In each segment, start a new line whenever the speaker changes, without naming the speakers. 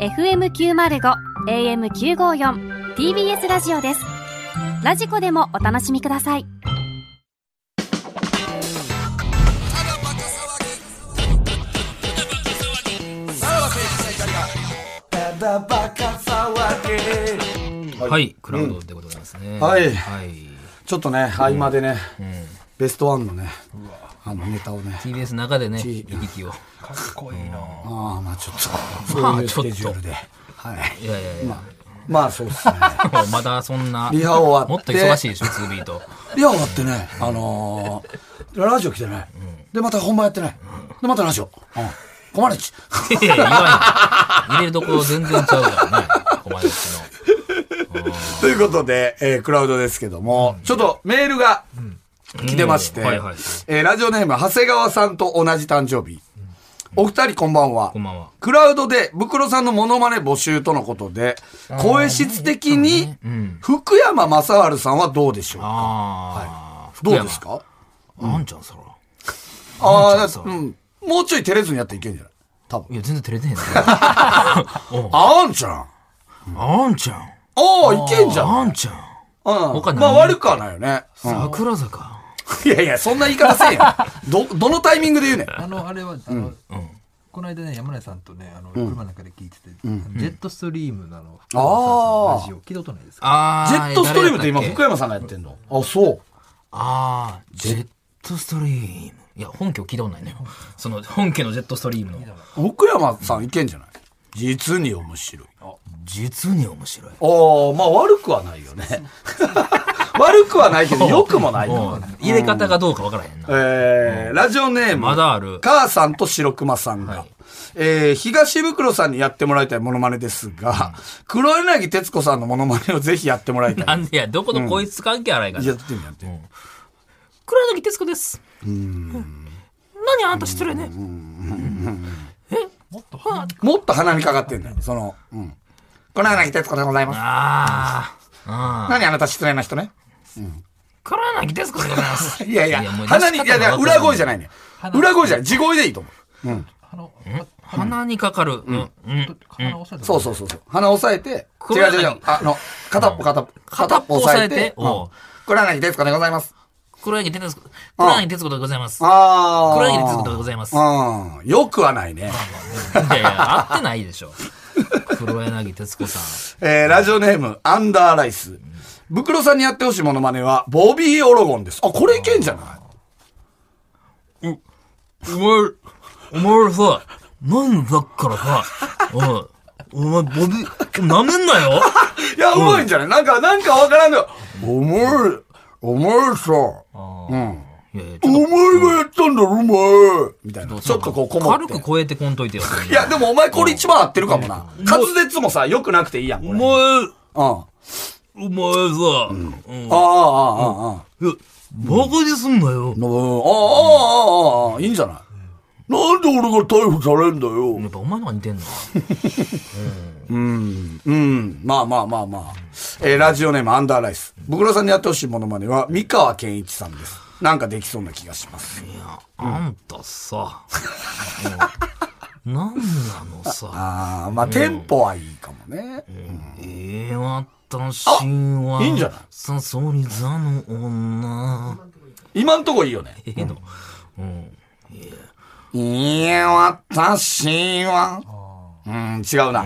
FM905 AM954 TBS ラジオですラジコでもお楽しみください
はい、クラウドでございますね。
はい
はい。
ちょっとね合間でね、ベストワンのねあのネタをね
TBS の中でね、
い
行き来を。
かっこいいな
ああまあちょっとそういうスケジュールで、はい
いやいやいや。
まあそうっすね
まだそんな。
リハ終わって
もっと忙しいでしょ、2ビート。
いや終わってねあのーラジオ来てねでまた本番やってねでまたラジオ、うん、困るっち
いやいや、言わない。入れるとこ全然ちゃうからね。小林
ということで、えークラウドですけども、ちょっとメールが
の。
来てまして、
うんはいはい。
えーラジオネーム、長谷川さんと同じ誕生日。お二人こんばんは。
こんばんは
クラウドで、ブクロさんのモノマネ募集とのことで、声質的に、福山雅治さんはどうでしょうか
ああ。
どうですか
福山あんちゃんそら。
あ
なん
あ
ちゃ
ー、
ん
うん。もうちょい照れずにやっていけんじゃない多分。
いや、全然照れてへん ね。
あんちゃん。あ
あんちゃん。
あ、いけんじゃん。
あんちゃん。
う
他
ん。
何
まあ悪くはないよね。 うん
桜坂。
いやいや、そんな言い方せんやん。ど、 どのタイミングで言うねん。
あのあれはあの、この間ね山根さんとねあの車の中で聞いてて、ジェットストリームのあの福
あー
山さんのラジオ聞いたことないですか
あ
ジェットストリームって今、福
山。
山さんがやってんのあ、そう。
ああ、ジェットストリーム。いや、本拠聞いたことないね。その、本家のジェットストリームの。
奥山さんいけんじゃない実に面白い。あ
実に面白い。
あ、まあ悪くはないよ ね。悪くはないけど、良くもないよ
もう、入れ方がどうかわからへんな。
えー、ラジオネーム、
まだある
母さんと白熊さんが、
はい
えー、東袋さんにやってもらいたいモノマネですが、黒柳徹子さんのモノマネをぜひやってもらいた。
ないんでや、どこのこいつ関係あらいから。
やってみやってみ。
黒柳徹子です。うん。何あんた失礼ね。
もっと鼻にかかってんだよ、その、うん。黒柳徹子でございます。
ああ。ああ。
何あなた失礼な人ね。
黒柳徹子でございま す。
いやいや、
もう
鼻に、いやいや、裏声じゃないね。裏声じゃない、地声でいいと思う。
あの
鼻にかかる。うん。うん。
鼻押さえた
そうそうそうそう。鼻押さえて、違う
黒柳
違う違う。あの、片っぽ片っぽ、片っぽ押さえて、う
片っぽ押
ん
さ
黒柳徹子でございます。
黒柳徹子、黒柳徹子でございます。
あ
黒柳徹子でございます。
うん。よくはないね。
いやいや、合ってないでしょ。黒柳徹子さ
えー、ラジオネーム、アンダーライス。ブクロさんにやってほしいモノマネは、ボビー・オロゴンです。あ、これいけんじゃない
ん。お前、お前さ、何だからさ、おい、お前、ボビ、舐めんなよ
いや、うまいんじゃないなんか、なんかわからんのよ。お前、お前さ、
いやいや、
お
ち
前がやったんだろ、お前みたいな。ちょっとこう、こもって。
軽く超えてこんといてよ。
いや、でもお前これ一番合ってるかもな。滑舌もさ、良くなくていいやん、こ
お
れ。
前
うん。、あ
お前さ、うん、
あ、ああ、ああ。
いやバカにすんな
あ
よ。
あ、ああ、ああ、いいんじゃないなんで俺が逮捕されんだよ。
やっぱお前のが似てんの
うん、まあまあまあまあ。えーラジオネームアンダーライス。ブクロさんにやってほしいものまねは、三河健一さんです。なんかできそうな気がします。
いや、あんたさ、うん、なんなのさ、
ああ、まあ、テンポはいいかもね。
ええわたしは、
あいいんじゃない
さそり座の女。
今んとこいいよね。
ええの。うん。
いや、私は。うん、違うな。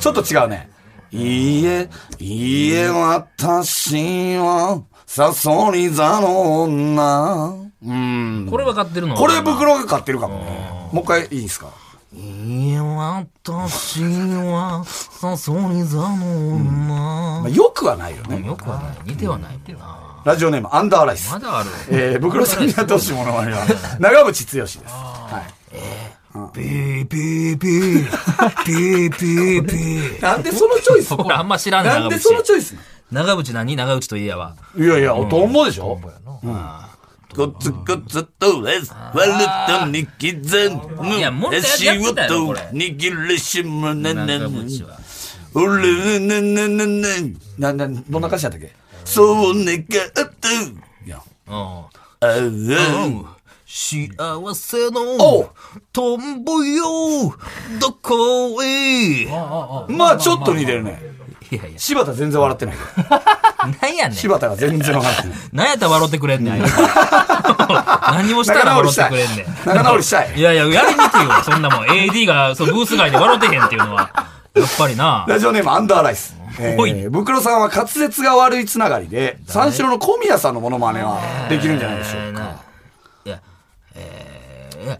ちょっと違うね。いいえ、いいえ、私は、さそり座の女。うん。
これ分かってるの
これ、袋が買ってるかもね。もう一回いいですか
いや、私は、さそり座の女。
まあ、よくはないよね。
よくはない。似てはないもんな。
ラジオネーム、アンダーライス
ま。だある。
えー、ブクロさんにやってほしいものまねは、長渕剛です。はい。
ピーピーピー。ピーピーピー。
なんでそのチョイス
僕あんま知らんね
なんでその
長渕。
チョイス
長渕何長渕といえば。
いやいや、トンボでしょコツコツとです。割ると刻む
いやもっとやってたよこれ
握るしもな
長渕は。
俺ななななななどんな歌詞やったっけそう願った。いや。
うん。
ああ。
幸せの
お
トンボよ、どこへ。い
あああ
まあちょっと似てるね。
やいや、
柴田全然笑ってないけど。
なんやねん。
柴田が全然笑ってない。
なんやったら笑ってくれんね ん。何をしたら
仲直
笑
り
っ
してた
くれんね
い
ん。。
仲直りしたい。
いやいや、やりにくいわ、そんなもん。AD が、そう、ブース外で笑ってへんっていうのは、やっぱりな。
ラジオネームアンダーライス。え
おい
ー、ブクロさんは滑舌が悪いつながりで、三四郎の小宮さんのモノマネはできるんじゃないでしょうか。
いや、えーいや、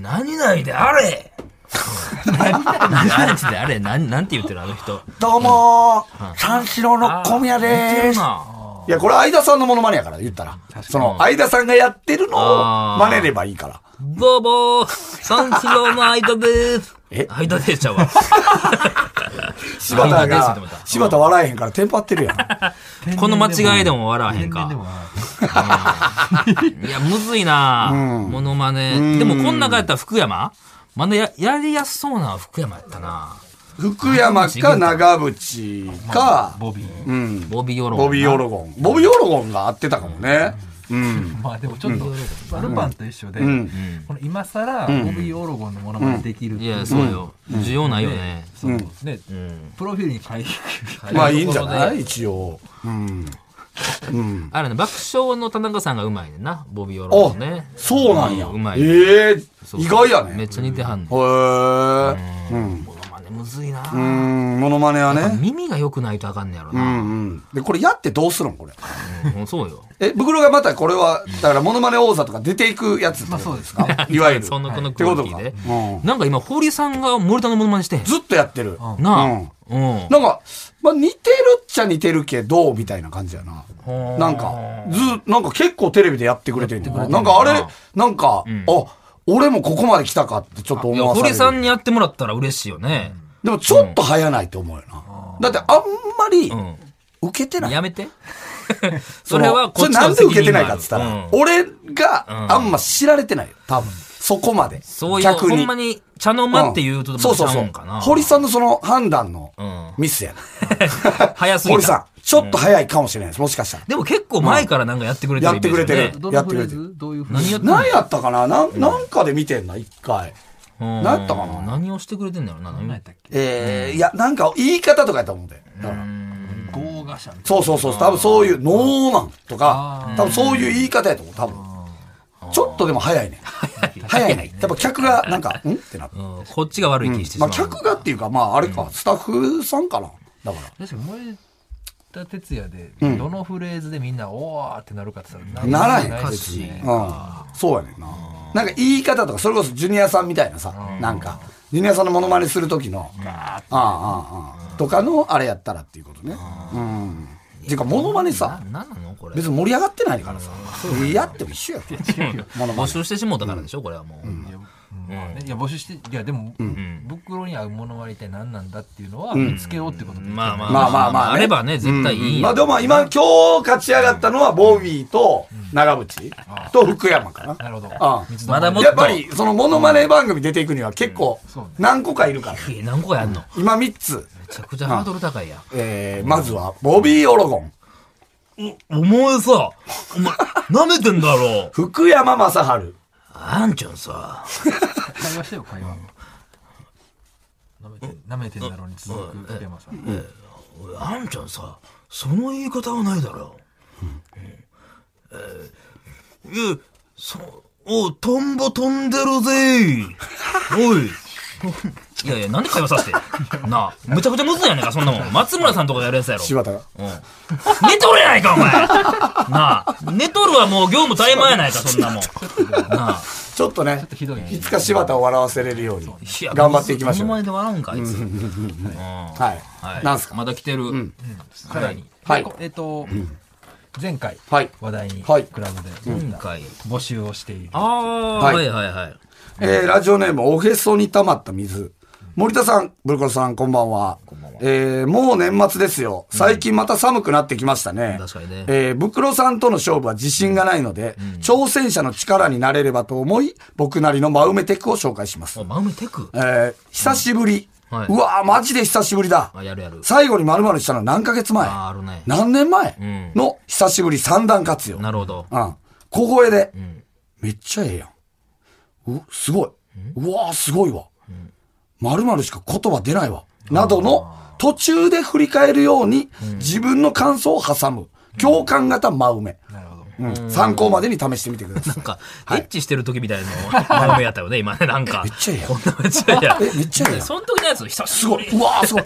何々であれ 何々であれなん、なんて言ってるあの人。
どうもー、三四郎の小宮で
似てる
す。
ない
や、これ相田さんのモノマネやから、言ったら。その、相田さんがやってるのを真似ればいいから。
どうも、三四郎の間です。
え
間でちゃうわ。
柴田
あ
が
そうです、
柴田笑えへんからテンパってる やん。
天然でも
この間違いでも笑わへんか
天然で。も笑
いや、むずいなモノマネ。でも、こん中やったら福山まだや、やりやすそうな福山やったな
福山か長渕か
う、ボビー
うん、
ボビーオロゴンな
ボビー・オロゴン。ボビー・オロゴンが合ってたかもね。うん。
まあでもちょっとアルパンと一緒で、
ん
この今さらボビー・オロゴンのものまねできるって
い
いう
や、そうよ。需要ないよね。
そうですね、プロフィールに書いて
まあいいんじゃな
ところ
い
で
一応。うん。
あれね、爆笑の田中さんがうまいねんな、ボビーオロゴンね。
そうなんや。
うまい。
ええ
そう
意外や
めっ
ね。
ちゃ似てはんねん。
へえ。
モノマネむずいうな。
ん、モノマネはね。
耳が良くないとあかんねやろ
う
な。
んうん。で、これやってどうするんこれ。
うんそうよ。
え、ブクロがまたこれは、だからモノマネ王座とか出ていくやつってこ
まあそ
と
う
で
ですす
か
ね
いわゆる。
そんなこの
って
クオ
こ
リ
と
テ
か。
ィで。
うん
なんか今、堀さんが森田のモノマネしてへん。
ずっとやってる。
なあ。
う
うんん。
なんか、まあ似てるっちゃ似てるけど、みたいな感じやな。
ほー
なんか、ず、なんか結構テレビでやってくれてるんだななんかあれ、なんか、あ、俺もここまで来たかってちょっと
い
思
や、
わされ
堀
る。
さんにやってもらったら嬉しいよね。
でもちょっと早ないと思うよな。だってあんまり
う、
受けてない。
やめて。それはこっ
それ
ちの
なんで
責任
受けてないかって言った
もあ
ら
る、うん
俺があんま知られてないよ。多分。そこまで。
そういう、
逆
ほんまに茶の間って言うと
ん
ま
そう
たち
そう
ゃ
そううん
かな。。
堀さんのその判断の
うん
ミスや な。
早すぎた。
堀さん、ちょっと早いかもしれないです。もしかしたら。
でも結構前からなんかやってくれてるイメージよね
やってくれてる
ど
や
の
って
フ
く
レ
れ
ー
てる
ズどういうフレー
何や
ズ
って
何やったかななん、なんかで見てんな、一回。
うん
何やったかな
何をしてくれてんだろうな。何
何や
や
っ
った
っけ
えー、いや、なんか言い方とかやったもんで。だから
豪華者みたい
そうそうそう。多分そういう、ノーマンとか、多分そういう言い方やと思う。多分。ちょっとでも早いね。早い ね。やっぱ客が、なんか、んってなって。
うんこっちが悪い気してし
ま
まう。
あ客がっていうか、まああれか、スタッフさんかな。だから。
な確かに森田哲也でどのフレーズでみんなおーってなるかって言ったら
ならへん
ないですね
うん。そうやねんな。なんか言い方とか、それこそジュニアさんみたいなさ、なんか、ジュニアさんのモノマネする時の、ああ、ああ、とかのあれやったらっていうことね。うん。ていうか、モノマネさ、
何なのこれ。
別に盛り上がってないからさ、やっても一緒やろ。モノマ
募
ネ。
集してしもうたからでしょ、これはもう。
いやうんねいや募集していやでも、袋に合うものは一体何なんだっていうのは見つけようってことで、
まあまあ
まあまあまあね
あればね、絶対いい
ま
や
あ
ん。
でもまあ今、今日勝ち上がったのは、ボビーと長渕と福山かな。
なるほど
ああ
まだもっと。
やっぱり、そのモノマネ番組出ていくには結構
そうね、
何個かいるから。
え何個やんの
今3つ。
めちゃくちゃハードル高いやん。
えー、まずは、ボビー・オロゴン、
お前さ、お前、舐めてんだろ。
福山雅治。
あんちゃんさ、
会話してよ会話なめてなめてんだろうに続く福山さん
おいあんちゃんさ、その言い方はないだろ。うんえーいや、そ、おい、トンボ飛んでるぜ。お い。いやいや、なんで会話させて。なあ、むちゃくちゃむずいやねんか、そんなもん。松村さんとかがやるやつやろ。
柴田が。
うん寝とるやないか、お前。なあ、寝とるはもう業務怠慢やないか、そんなもん。なあ。
ちょっとね、
ひどいね
いつか柴田を笑わせれるように
いや、
頑張っていきましょう。
モノマ
は
ネで笑うんか、あいつ。
い。なんすか
まだ来てる。
さらに
はい
えっと前回
はい
話題に
はい
クラブで
今回。
募集をしている
ああ、
は
はいい、はいはいはい
えー、ラジオネーム、おへそに溜まった水。森田さん、ブルコロさん、こんばんは。えー、もう年末ですよ。最近また寒くなってきましたね。
確かにね
えー、ブクロさんとの勝負は自信がないので、挑戦者の力になれればと思い、僕なりの真埋めテクを紹介します
お、。マウメテク
えー、久しぶり。う
うんはい
わー、マジで久しぶりだ。
あ、やるやる。
最後に丸々したのは何ヶ月前
あーあるね
何年前
ん
の久しぶり三段活用。
なるほど。
うん。小声で、めっちゃええやん。う、すごい。うわーすごいわ。まるまるしか言葉出ないわ。などの途中で振り返るように自分の感想を挟む。共感型真埋め。
なるほど。
うん。参考までに試してみてください。
なんか、エッチしてる時みたいなの、番組やったよね、今 ね、なんか。
めっちゃええやん
こ んなめっちゃええやん
え、めっちゃええやん。
その時のやつ、久し
すご
ぶり
い。。うわーすごい。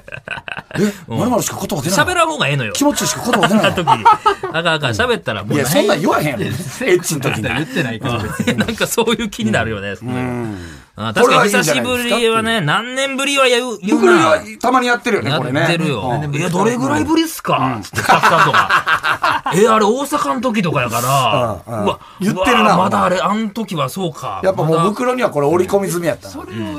え、まるまるしか言葉出ないわ。
喋らん方がええのよ。
気持ちしか言葉出ないわ
あの。時に。あかんあかん、喋ったらもう
い
な
や、
い。
そんなん言わへんやろ。エッチの時に。
言ってないけど、別に
なんかそういう気になるよね。それあ
こ
確
れは
か
いい
に
んじゃな
久
い
し
ですか
ぶりはね、何年ぶりは言う、言
僕
う
ら
な。
たまにやってるよね、
や
これね。
ってるよ。
うん
いや、どれぐらいぶりっすかつってスタッフさんとか。 え、あれ大阪の時とかやから。
うんうん
うわ、
言ってるな
うわまだあれ、あの時はそうか。
やっぱ
ま
もう
だ
袋にはこれ織り込み済みやったな。
それを言う、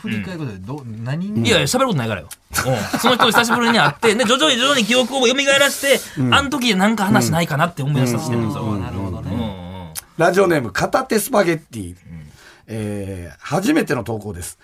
振り返ることで、ど、何
い
に、
やいや、喋ることないからよ。うんその人と久しぶりに会って、で、徐々に徐々に記憶を蘇らせて、あの時なんか話ないかなって思い出させてるんですよ。
なるほど
うん
ね。
うん
ラジオネーム、片手スパゲッティ。えー初めての投稿です。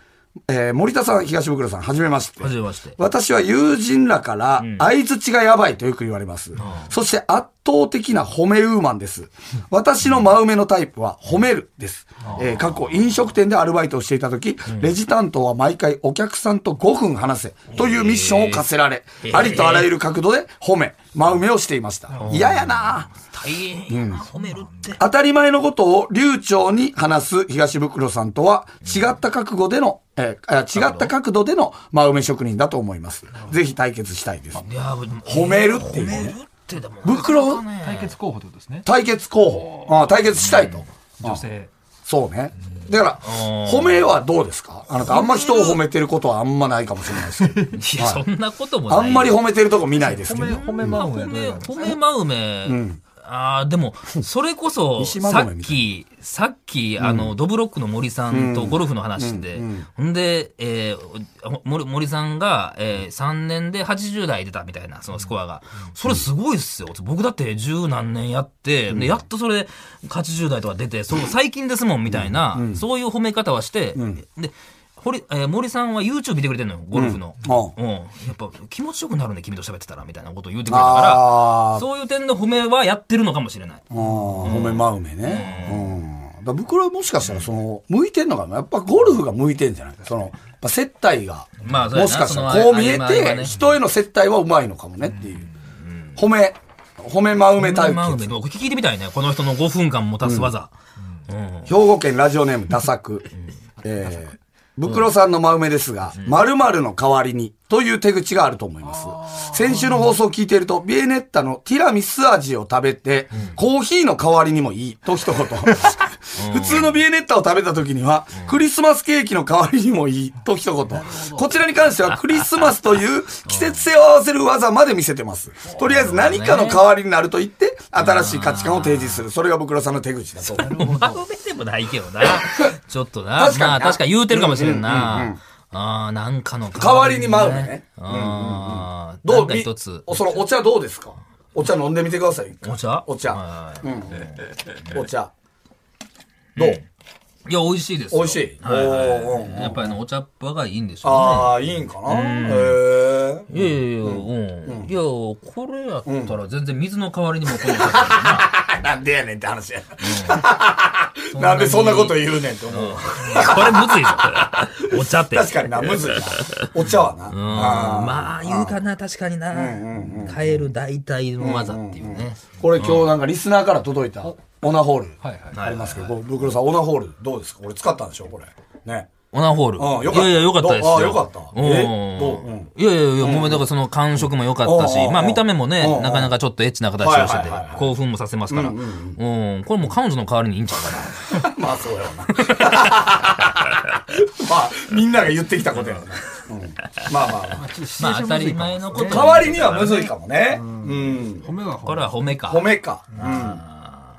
えー森田さん、東袋さん、はじめまして。
はじめまして
私は友人らから、相づちがやばいとよく言われます。そして圧倒的な褒めウーマン です。私の真埋めのタイプは、褒めるです。えー過去、飲食店でアルバイトをしていた時、レジ担当は毎回お客さんと5分話せ、というミッションを課せられ、
へー
ありとあらゆる角度で褒め、真埋めをしていました。嫌やなぁ。
大変やな、褒めるって。
当たり前のことを流暢に話す東袋さんとは違った覚悟での、えーあ違った角度での真埋め職人だと思います。ぜひ対決したいです。
いや
褒めるっていう
褒
ね
めるってだもん
袋
対決候補ってことですね。
対決候補。あー対決したいと。
女性。
そうね。だから、褒めはどうですかあなたあんま人を褒めてることはあんまないかもしれないですけど。
いや、そんなこともない
あんまり褒めてるとこ見ないです
褒
けど
め、。褒めまんや
褒
どう
め
やら
褒め真梅、ああでもそれこそ
三島
さ
豆
っ
みた
きさっき、あのドブロックの森さんとゴルフの話で、ほんで、えーほ森森さんが、えー、3年で80台出たみたいなそのスコアが、それすごいっすよ僕だって十何年やって、でやっとそれ80台とか出てそう最近ですもんみたいな、そういう褒め方はして、で堀えー森さんは YouTube 見てくれてるのよゴルフの、
うんあ
うん、やっぱ気持ちよくなるね君と喋ってたらみたいなことを言うてくれたから
あー
そういう点で褒めはやってるのかもしれない
あー褒め真埋めね。うん。だから僕らはもしかしたら、その、向いてんのかなやっぱゴルフが向いてんじゃないその、やっぱ接待が、
まあそうやな
もしかしたら
その
こう見え
合間合間
て、
ね
人への接待はうまいのかもねっていう。褒め、褒め真埋め対
まあ
決。
僕聞いてみたいねこの人の5分間もたす技、うん
兵庫県ラジオネーム、ダサク。えーブクロさんの真埋めですが、〇〇の代わりにという手口があると思います。先週の放送を聞いていると、ビエネッタのティラミス味を食べて、コーヒーの代わりにもいいと一言。普通のビエネッタを食べた時には、クリスマスケーキの代わりにもいいと一言。こちらに関しては、クリスマスと いう季節性を合わせる技まで見せてます。とりあえず何かの代わりになると言って、新しい価値観を提示する。それがブクロさんの手口だと思います。
真梅でもないけど なちょっとな
確かにな
まあ、確かに言うてるかもしれんな、あーなんかの
代わりに真梅ね
あー
ど
な
うん
か
み
一つ
おそのお茶どうですかお茶飲んでみてください。
お茶
お茶。
はい
お茶。どう
いや美味しいですよ
美味しい。お
はいはい
ーうん
やっぱりあのお茶っ葉がいいんでしょうね
ああ、いいんかなへえ。
いやいやいや、うん。いや、これやったら全然水の代わりにもこのお茶だ
なんでやねんって話や。
よ
なんでそんなこと言うねんって思う。
これむずいぞ。お茶っ て。
確かにな、むずいな。お茶はな。
うん
あー
まあ、言うかな、確かにな。カエル大体の技っていうね。
これ今日なんかリスナーから届いたオナホール。
はいはい。
ありますけど、こうブクロさん、オナホールどうですかこれ使ったんでしょこれ。ね。
オナホール。
うんよかった
いやいや、よかったですよ。
あよかった
うん
えどううん
いやいやいや、もうだからその感触も良かったし
うんうんう、ん
まあ見た目もね
うんう、ん
なかなかちょっとエッチな形をして
はい
て
はいはいはい、
興奮もさせますから。うん。これもう彼女の代わりにいいんちゃうかな。
まあそうやわな。まあみんなが言ってきたことやわな。うんまあまあまあ。
まあ当たり前のこと。
代わりにはむずいかもね。うん。
褒めは褒
こ
め
れ。は褒めか。
褒めか。うん。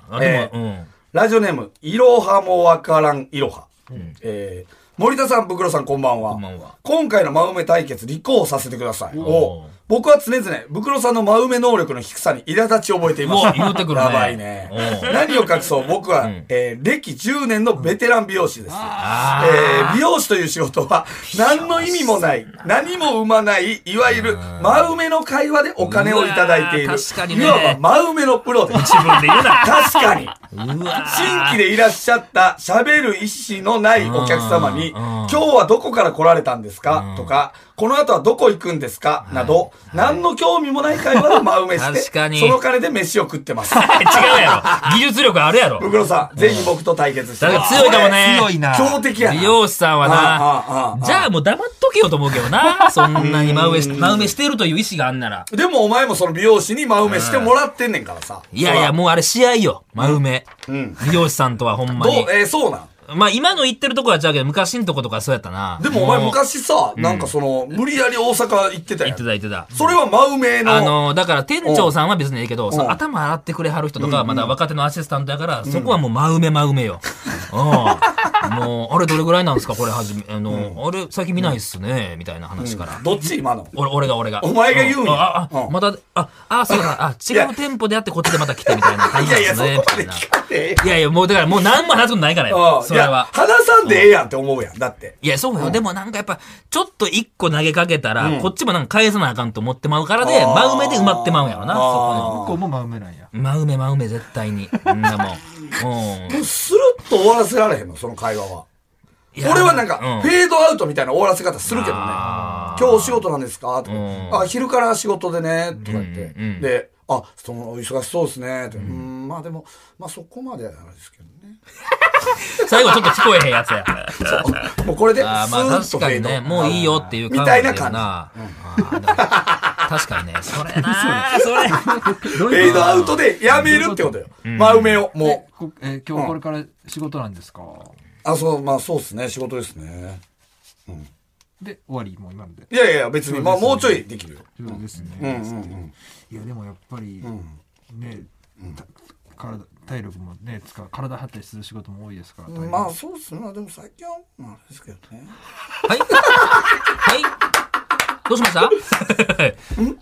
あでも、うん。
ラジオネーム、いろはもわからんいろは。えー森田さん、ブクロさん、こんばんは。
こんばんは
今回の真埋め対決、立候補させてください。お僕は常々、ブクロさんの真埋め能力の低さに苛立ちを覚えていま
うわ
す。
言うてくるね
やばいね
う。ん
何を隠そう、僕は、
ん
えー歴10年のベテラン美容師です。
あ
え
ー
ー美容師という仕事は、何の意味もない、何も生まない、いわゆる、真埋めの会話でお金をいただいていう
わ
る。
ー確かにね
いわば真埋めのプロです。
自分で言うな。
確かに。
うわー
新規でいらっしゃった喋る意思のないお客様に、
うんうん
今日はどこから来られたんですかとか、この後はどこ行くんですかなど、何の興味もない会話を真埋めし
確か
て、
に
その金で飯を食ってます。
違うやろ。技術力あるやろ。
ブクロさん、ぜひ僕と対決して。
だから強いかもね。
強いな。
強敵やな。
美容師さんは
ああああああ
な、じゃあもう黙っとけよと思うけ どな。そんなに真埋めし真埋めしてるという意思があんなら。
でもお前もその美容師に真埋めしてもらってんねんからさ。
いやいや、もうあれ試合よ。真埋め。美容師さんとはほんま
どう
に。、
えーそうなん
まあ今の言ってるとこは違うけど、昔んとことかそうやったな。
でもお前
う
昔さ、なんかその、無理やり大阪行ってた
言
やん
って。た言ってた。
それは真埋めの。
あの、だから店長さんは別にいいけど、その
うん
頭洗ってくれはる人とか、まだ若手のアシスタントやから、そこはもう真埋め真埋 めよ。うん。もう、あれどれぐらいなんですかこれはじめ、あの、あれ最近見ないっすね、みたいな話から。
どっち今の。
俺、俺が俺が。
お前が言うんや
あ、あ、あ
うん
また、あ、あ、そうだ、あ、違
や
う店舗であってこっちでまた来てみたいな感
い
じ
やい
で
や、
す
そこ
ね、み
ま
たい
で
な。
聞かんでええ
いやいや、もうだからもう何も話すことないからよ
う。ん
それ
いや
は。
話さんでええやんって思うやん。だって。
いや、そうよ。でもなんかやっぱ、ちょっと一個投げかけたら、こっちもなんか返さなあかんと思ってまうからで、
あー
真埋めで埋まってまうんやろな、そこ
向こうも真埋めなんや。
に。真埋め真埋め、絶対に。んなもん。うん。
スルッと終わらせられへんの、その会話は。 俺はなんか、フェードアウトみたいな終わらせ方するけどね。今日お仕事なんですかとか、
うん
あ、昼から仕事でね、とか言って。
うんうん
で、あ、その、お忙しそうですね、とうん、まあでも、まあそこまではなんですけどね。
最後ちょっと聞こえへんやつや。
もうこれで、ス
あーま
ー
あ
ッと
確
フ
か
ェ
に
ード。
ね、もういいよっていう感
み
じ
たい
だ
な
よ
感じ。
な。あーでも確 かにね、それな、それ。
どう
フ
い
ェ
う
ー
こ
ドアウトでやめるってことよ。真埋めを、もう。
とこえー今日これから仕事なんですか
あ、そう、まあそうですね、仕事ですね。
で、終わり、もう今ので。
いやいや、別に、まあもうちょいできるよ。
そうですね。いやでもやっぱりね、た体体力もね使う体張ったりする仕事も多いですから。大変
まあそうっすね。でも最近は、まああれですけどね。
はい。はい。どうしましたはい。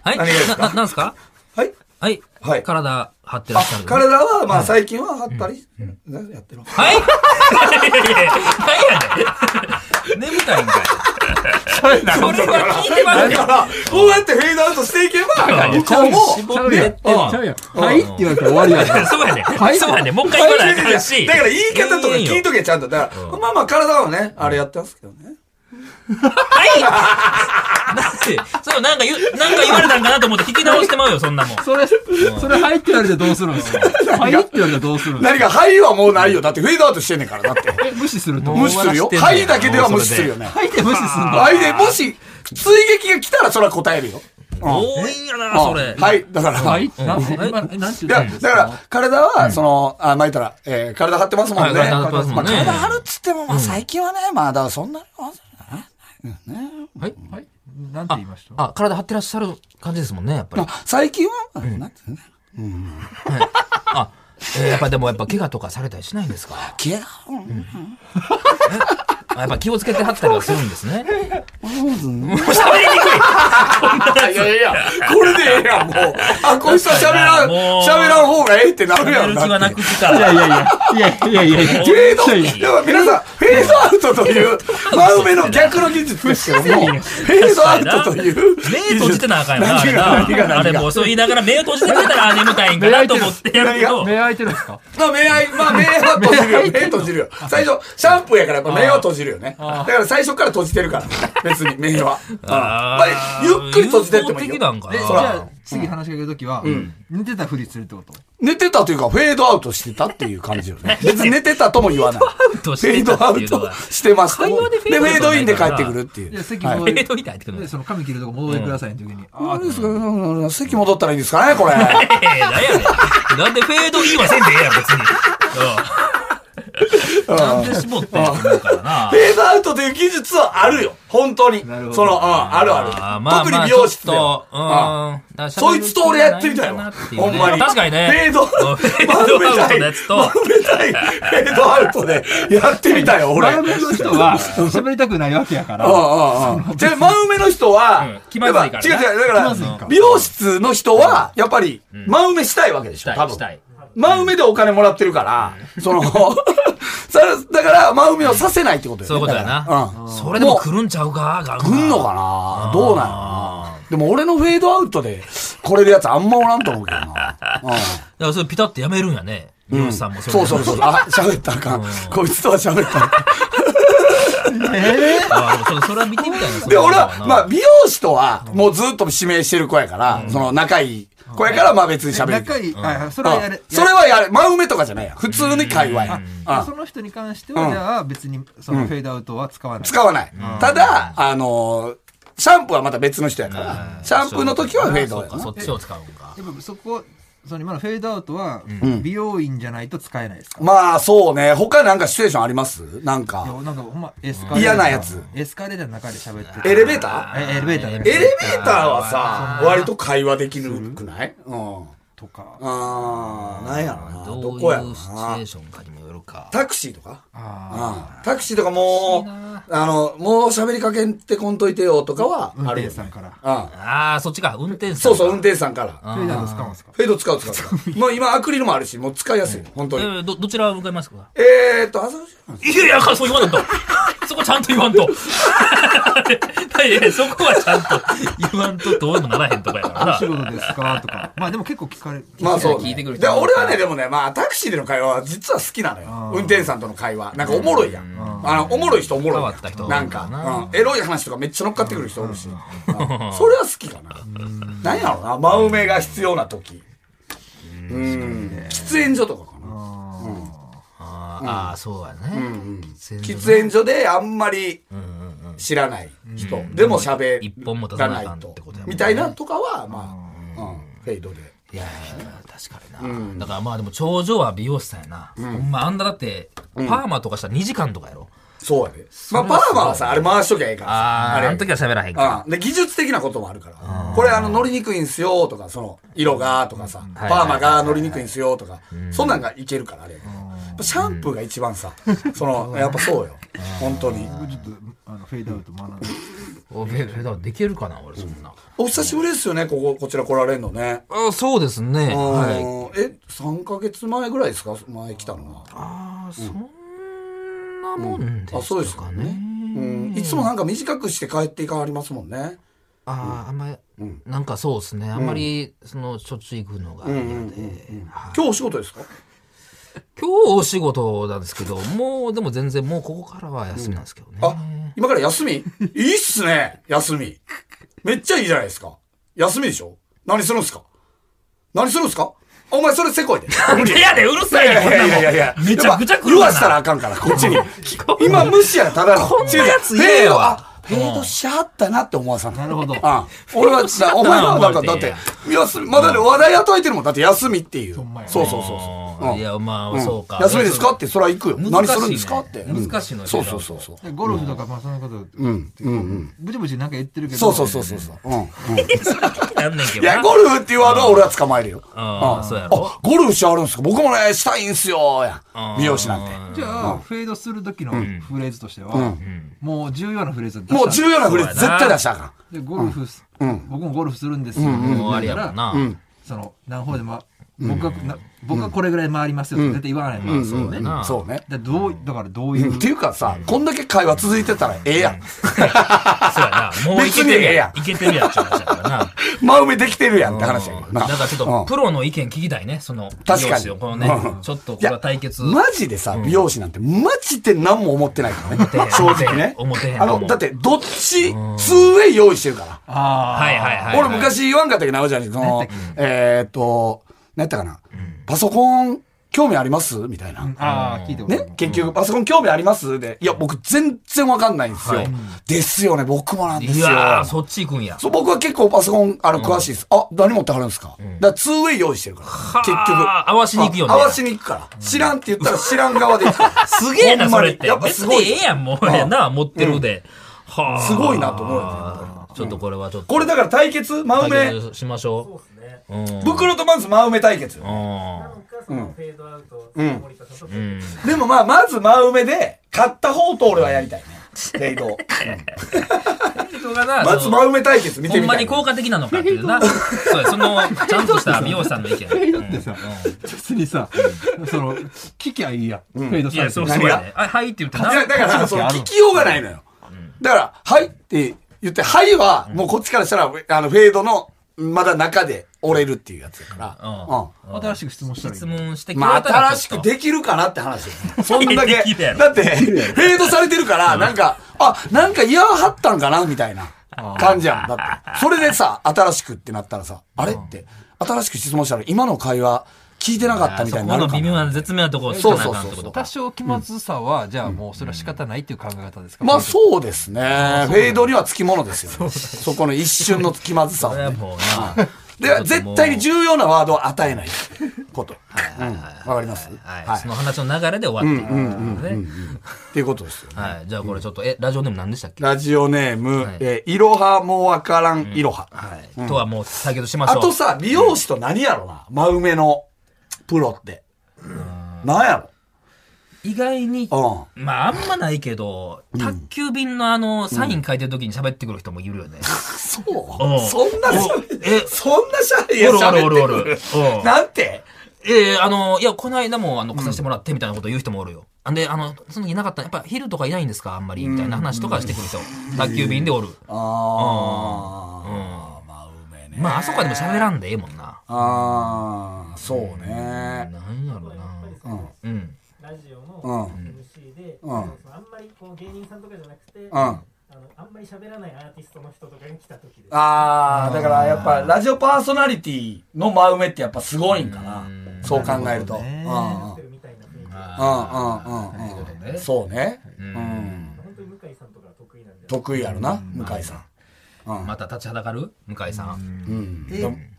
何がですか
な、ななんすか
はい。
はい。
はい
体張ってら
あ
っしゃる。
体は、まあ最近は張ったり、ねやってる。
はいいやいや何やねん。眠たいんかい。それは聞いてま
だ
す
か
よ。
ら、こうやってフェードアウトしていけば、向こうも、
ちゃうやん
ねうん
ちゃうやんはいって言われたら終わりやん。
そうやね。
い
そうやね。もう一回言わないとあかんし。
だから言い方とか聞い
と
とけちゃんと。だから、まあまあ体はね、あれやってますけどね。
はいなんで そう、なんか言う、なんか言われたんかなと思って聞き直してまうよ、そんなもん。
それそれはいって言われてどうするんですか。はいって言われてどうするんです
何か、はいはもうないよ。だってフェードアウトしてんねんから、だ って。
か。え無視すると。
無視するよ。はいだけでは無視するよね。
はいで無視するんだ。
はいで、もし、追撃が来たらそれは答えるよ。
多いんやな、それ。
はい、だから。
はい。なんで今なんて
い
言った
や、
んです
だか
か。
ら、体は、その、あ、まあ言ったら、えー体張ってますもんね。
はい体張ってますもんね
あ体張るっつっても、まあ最近はね、まあ、だからそんなに、あ
はい。なんて言いました。
あ、体張ってらっしゃる感じですもんね、やっぱり。
最近は、まあなんていうのね、
あ、えーやっぱでもやっぱ怪我とかされたりしないんですか
毛が、
あやっぱ気をつけてはったりはするんですね。
いやいや、これでええやん、もう。あ、こいつは喋らん、
もう
喋らん方がええってなるや
や
ん。
る
だっ
気
て
はなくしか。
いやいやいやいやいやいや
フェード、でも皆さん、フェードアウトと いう、真上の逆の技術ですけども、フェードアウトという。
目閉じてなあかんよな、あれ
何が何が
な。あれもうそう言いながら目を閉じてくれたらあ眠たいんかなと思ってやるけど。
目開いてるんですか。
まあ、目合い、まあ、目は閉じるよ。目閉じるよ。最初、シャンプーやからやっぱ目は閉じるよね。だから最初から閉じてるから。別に、目は。まあ、ゆっくり閉じてってもいい
有効的な
よ
ん。か
え
な
じ
ら
ゃあ次話しかけるときは寝てたふりするってこと。
寝てたというか、フェードアウトしてたっていう感じよね。別に寝てたとも言わない。フ
ト
ェ
して
ー
た
ドア
って
ウ
いうの
ト
が
してました。で、
会話でフェードアウト
フェードインで帰ってくるってい
じゃ
う
あ。席
はい
戻
目閉じて入ってくる
で
の。
その髪切るとこ戻ってくださいの時に、あ
あれですかうん席戻ったらいいですかね、 これ。
ええ、なんやねん。なんでフェードインはせんでええやん、別に。うんなんで絞ってんのからな
フ。ェードアウトという技術はあるよ。本当に。そ
なるほ
の、
ど
うんあるあ
あー
る。特に美容室では。うん
まあまあちょっと
そ
うん
いつと俺やってみたいわ。ほんまに。
確かにね。
フェード、
フェードアウトのやつと。
丸めたい。フェードアウトでやってみたよ、俺。
真上の人は喋りたくないわけや
あ
か
あ
ら、
ああああじゃあ、真上の人
うん
は、
気まずいからね
やっぱ違う違う、だ
気
か、
まずいから
美容室の人は、やっぱり、真埋めしたいわけでしょ、
したい
多分
したい。
真埋めでお金もらってるから、その、 さだから、真埋めをさせないってことよね。
そういうことや
だからうん
な。それでも来るんちゃうかガウが
来んのかなどうなんやろなでも俺のフェードアウトで、これるやつあんまおらんと思うけどな。うん
だからそれピタッとやめるんやね。美容師さんもれ
そうそうそう。あ、喋ったらあかん。こいつとは喋ったらあかん。
あでもそそれは見てみたいな。
で、俺は、まあ、美容師とは、もうずっと指名してる子やから、その仲いい子やから、まあ別に喋る。
仲いい、はいはい、それはや
うん
る。
それはやる。真埋めとかじゃないやん普通に会話やん。
やる
うん
その人に関しては、じゃあ別にそのフェードアウトは使わない。
使わない。ただ、あのー、シャンプーはまた別の人やから、シャンプーの時はフェード
そ
や
うか、
な。
そっちを使うんか。
やっぱそこ、その今のフェードアウトは、美容院じゃないと使えないですか、
まあそうね。他なんかシチュエーションありますなん
い
か、
やなんかほんまエスカレーター。
嫌なやつ
エスカレーターの中で喋ってて
エレベーター
えエレベーターの中
エレ
で
ベーターはさ、割と会話できるくないうん。
とか。
あー、なんやろな。
ど
ど
う
こやろ
いうシチュエ
な
ー。ションかにもよるか。
タクシーとか
あ
うんタクシーとかもう、あの、もう喋りかけてこんといてよとかは
あ、運
あ
転
る
手
よ
さん
ね。
から。
うん。
ああ、そっちか。運転手さ
そ
ん
う
か
そう、運転手さんから。
フェードアウト使うんですか
フェード使う 使う。もう今アクリルもあるし、もう使いやすい。本当
え
に。
ーど、どちら向かいますか
えーっと、朝日
いやいや、そう言わんと。 そこちゃんと言わんと。 いやいや、そこはちゃんと言わんとどうにもならへんとかやから
お仕
な。
事ですかとか。まあでも結構聞かれる。
まあそう、
聞いてくる人
で、俺はね、でもね、まあタクシーでの会話は実は好きなのよ。運転手さんとの会話。なんかおもろいやん。あの、おもろい人おもろいやん。
変わった人
なん
多いから
か
な、
うんエロい話とかめっちゃ乗っかってくる人おるし。うんそれは好きかな。なんやろな、真埋めが必要な時。うん。喫煙所とかかな。
あーあー、そうやね。喫
喫煙所であんまり知らない人でも喋
一本も立た
ら
な
な
あかん
い
って
と
ことやもんね
みたいなとかはまあうんフェイドで
いや確かにな。だからまあでも、頂上は美容師さんやな。ほんま、あんだだって、パーマとかしたら2時間とかやろ。
そうやでまあパーマはさあれ回しときゃええから
あ
さ
あ、あ
れ
の時は喋らへんか。
うんで技術的なこともあるからこれあの乗りにくいんすよとかその色がとかさパ
はいはい
ーマが乗りにくいんすよとかそんなんがいけるからあれやけどやっぱシャンプーが一 番さそのやっぱそうよ本当に
ちょっとあのフェードアウト学んで。
おべ、それだからできるかな、俺、そんな。
お久しぶりですよねこここちら来られんのね
あそうですね。はい。
い、え3か月前ぐらいですか前来たのは
あそんなもん
あ
で
そうで
し
す
た
か
か
ね、
ね。
うん、いつもなんか短くして帰っていかはりますもんね
ああ、あんまり、なんかそうですね。あんまり、その、しょっちゅう行くのが嫌で。はい
今日お仕事ですか
今日お仕事なんですけど、もう、でも全然、もうここからは休みなんですけどね。
あ今から休みいいっすね休みめっちゃいいじゃないですか休みでしょ何するんすか何するんすかお前それせこいで
なんでやで、うる さいね、こんなもん。めちゃくちゃ来る
言
わ
わ
な。
したらあかんからこっちに今無視やただの
こんなやつ
違う違う
いねえわ
フェードあフェードしはったなって思わさない
なるほど。
あ俺は、だ お前は、だから、だっ
い
て
や、
休み、まだね話題与えてるもん。だって、休みっていう。そう
ほんまやね
そうそうそう。うん
いや、ま
う
あ、
ん
そうか。
休みですかって、それは行くよ。何
難しいね
するんですかって。うん
難しいのよ
そうそうそうそう。
ゴルフとか、まあそのこと、
うん、うん、うん。
ブチブチなんか言ってるけど。
そうそうそうそうそう。うん。うん
なんねんけ
い
どな。
や、ゴルフっていうワードは俺は捕まえるよ。
ああ、そうやろ。
あ、ゴルフしはるんですか僕もね、したいんすよ、や
あ。ー
美容師なん
じゃあ、フェードする時のフレーズとしては、もう重要なフレーズは出
て。
した
もう重要なフレーズ
そうやな
絶対出したらあかん。
でゴルフす、僕もゴルフするんですよ、
もうあれやもんな。
その何ホールでも、僕はな僕はこれぐらい回りますよって絶対言わないもん、そうね、だか
な
そうね。
らどうだからどういう、
っていうかさ、こんだけ会話続いてたらええやん。
そうやな。もういけてるやん。いけてるやんって話やからな。
真埋めできてるやんって話やけど
な
な。
んかちょっと、プロの意見聞きたいね。その、
確かに
美容師をこのね、ちょっとこれは対決。
マジでさ、美容師なんて、マジで何も思ってないから
てへ
ね。
ん
正直ね。
思ってへん
あ
思
の、
う
だって、どっち、2way 用意してるから。
あ
はいはいはい。
俺、昔言わんかったけど、なおちゃんに、その、えーっと、何やったかな。パソコン、興味ありますみたいな。
ーあー聞いてことない
ね結局、パソコン興味ありますで、いや、僕全然わかんないんですよ
はい。
ですよね、僕もなんです
い
よ。
やー、そっち行くんや。
そう僕は結構パソコン、あの、詳しいです。あ、何持ってはるんですかだから 2way 用意してるから。結局。
あー合わしに行くよね。
合わしに行くから。知らんって言ったら知らん側で行くから。
すげえな、
ほんま
そ
に
れって。
やっぱす
別
ご
に
い。
ええやん、もう。やな、持ってるで。はあ。
すごいなと思うよね
あーちょっとこれはちょっと。
これだから対決真
対
埋め。
決しましょう。そうですね。
袋とまず真埋め対決。
うん。
でもまあ、まず真埋めで、勝った方と俺はやりたいね。レイド。
松
松真梅対決見
ほ
て
ん
み
ま
たい
に
な。
効果的なのかっていうな。そうやその、ちゃんとした美容師さんの意見。うん
てさ別にさ、その、聞きゃいいや。フェード
い
さ
や、
れて
そう
る
そうやね。あ、はいって言ってな。
いや、だから、その、聞きようがないのよ。だから、はいって言って、はいは、もうこっちからしたら、あの、フェードの、まだ中で折れるっていうやつだから。
うん
うん
新しく質問したらいい
質。問してくれ
ま
た
あ、
ら。
新しくできるかなって話よ。そんだ
で
け
きるや。ろ
だって、フェードされてるから、なんか、あ、なんか嫌はったんかなみたいな感じやん。だって。それでさ、新しくってなったらさ、あれって、新しく質問したら、今の会話、聞いてなかったみたいにな
そ
る
こ
か
の微妙
な。
な絶妙なところを聞かなあかんっ
そうそうそう
てこ
そう
と
確
か。
多少気まずさは、じゃあもうそれは仕方ないっていう考え方ですか
まあ、そうですね。フェードにはつきものですよね。そこの一瞬の気まずさを
それは
ね。
もうな。
で、絶対に重要なワードを与えないこと。うんわかります
はい。そ
は
の話の流れで終わっていくっていうね。
い。っていうことですよね。
はい。じゃあこれちょっと、え、ラジオネーム何でしたっけ
ラジオネーム、
い
えーいろはもわからんいろは。
はい。とはもう先ほどしまし
あ
ょう。
とさ、美容師と何やろな、真梅のプロって。何や
意外に、
ろ
まああんまないけど、宅急便のあの、サイン書いてる時に喋ってくる人もいるよね。
うん。そう
うん
そんなしゃ
おえ
そんなしゃべりや
おるおる
喋ってく
おるおる
る
うん
なんて
ええあの、いや、この間も、あの、来させてもらってみたいなこと言う人もおるよ。んで、あの、その時いなかったやっぱ昼とかいないんですかあんまり、みたいな話とかしてくる人。宅急便でおる。
あー、真梅ね。
まあ、あそこはでも喋らんでええもんな。
あー、そうね。
なんやろうな。うん。
ラジオの
うん。
MC で、
うん
そうそうあんまりこう芸人さんとかじゃなくて、
うん。
あ
あ
のあんまり喋らないアーティストの人とかに来た時です。
ー、だからやっぱラジオパーソナリティの真梅ってやっぱすごいんかな。そう考えると。うんうん
喋ってるみたいな雰囲気で、
うんうんうんうん。そうね。うん。
本当に向井さんとかは得意なんで。
得意やろな、向井さん。
また立ちはだかる向井さん。
うん。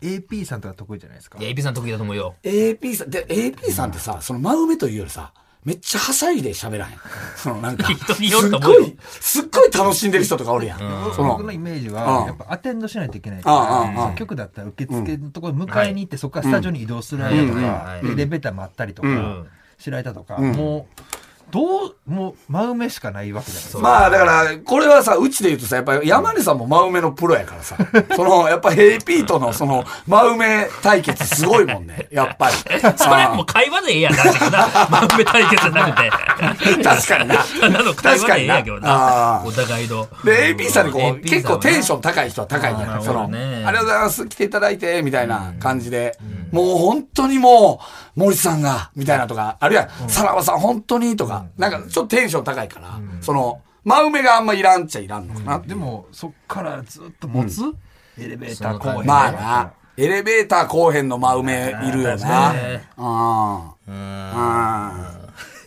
A- AP さんとか得意じゃないですか
い。や、エビさん得意だと思うよ。
AP さん、で、AP さんってさ、その真梅というよりさ、めっちゃはしゃいで喋らへん。その なんか、
人によ
す
る
っ
と思うよ
ごい、すっごい楽しんでる人とかおるやん。その
僕、のイメージ
う
は
ん、
やっぱアテンドしないといけない
うん
か
うん
ら
う、ん
局だったら受付のところに迎えに行って、そこからスタジオに移動する間と
うん
か、
うん
エレベーター待ったりとか
ん、
白板とか、もう、どう、もう、真埋めしかないわけじゃないですか。
まあだから、これはさ、うちで言うとさ、やっぱり山根さんも真梅のプロやから さ、その、やっぱ AP とのその、真梅対決すごいもんね、やっぱり。
それもう会話でええやん、確かな。 番組対決じゃなくて。
確かにな。
ただの会話でええやんけど
あ
な。
ー
お互いの。
で、AP さんでこう、
AP
結構テンシ
ョン
ョン高い人は高いんじゃ
あ
な
ー
いその、あ
なるほどね
りがとうございます、来ていただいて、みたいな感じで、もう本当にもう、森さんが、みたいなとか、あるいは、さらばさん本当に、とか、なんかちょっとテンション高いから、その、真梅があんまいらんっちゃいらんのかなって
でも、そっからずっと持つエレベーター公
そ
園
う
まあな、エレベーター後編の真梅いるよ
確
な。
か
う
にね
ん。うん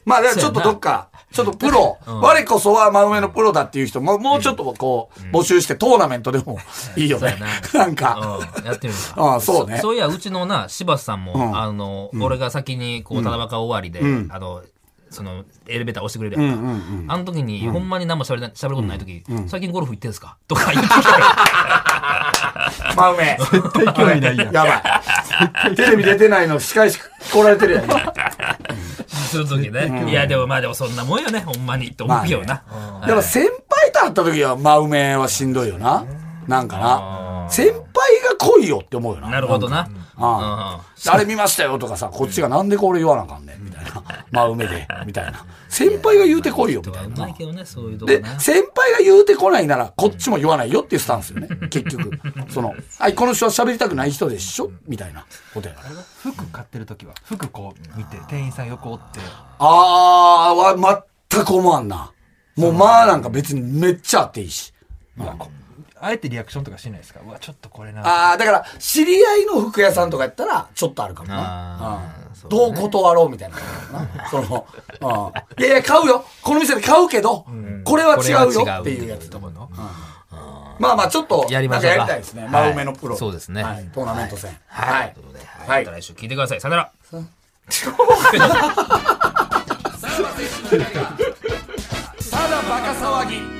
まあ、だからちょっとどっか、ちょっとプロ、我こそは真上のプロだっていう人も、もうちょっとこう、募集してトーナメントでもいいよね。
そうやな
なんか、
うんやってみるか。
ああそうね
そういや、うちのな、柴田さんも、あの、俺が先に、こう、七夕終わりで、あの、その、エレベーター押してくれるやんか。あの時に、ほんまに何も喋れな喋ることない時、最近ゴルフ行ってんすかとか言ってきたら、
真梅。絶対興味ない や。やばい。テレビ出てないの司会し来られてるやん。
する時ね。いや、でもまあでもそんなもんよね、ほんまに。と思うよな。
だから先輩と会った時は真梅はしんどいよな。なんかな。先輩が来いよって思うよな。
なるほどな。
ああ あれ見ましたよとかさ、こっちがなんでこれ言わなあかんねん、みたいな。 真梅で、みたいな。先輩が言うてこいよ、み
と
た
はい
な
う。まいけどね、そういうとこ
で
な、。
先輩が言うてこないなら、こっちも言わないよっていうスタンスよね。 結局。その、あ、この人は喋りたくない人でしょみたいなことやから。
服買ってる時は、服こう見て、店員さん横追って、
あーは、全く思わんな。もう、まあなんか別にめっちゃあっていいし。
うわこあえてリアクションとかしないですかうわ、ちょっとこれな。
ああ、だから、知り合いの服屋さんとかやったら、ちょっとあるかもな
あ。
うんどう断ろうみたいな感じだな。そ の、うんいやいや、買うよ。この店で買うけど、これは違うよ
これは違う
っていうやつと思うの。うんまあまあ、ちょっと、
やり
な
ま
ん
し
か
ょ
や
うか
りたいですね。
はい
真梅のプロ。
そうですね
はいトーナメント戦。は
はいい。ということで、
は
はいい。また来週聞いてください。さよなら。
ただバカ騒ぎ。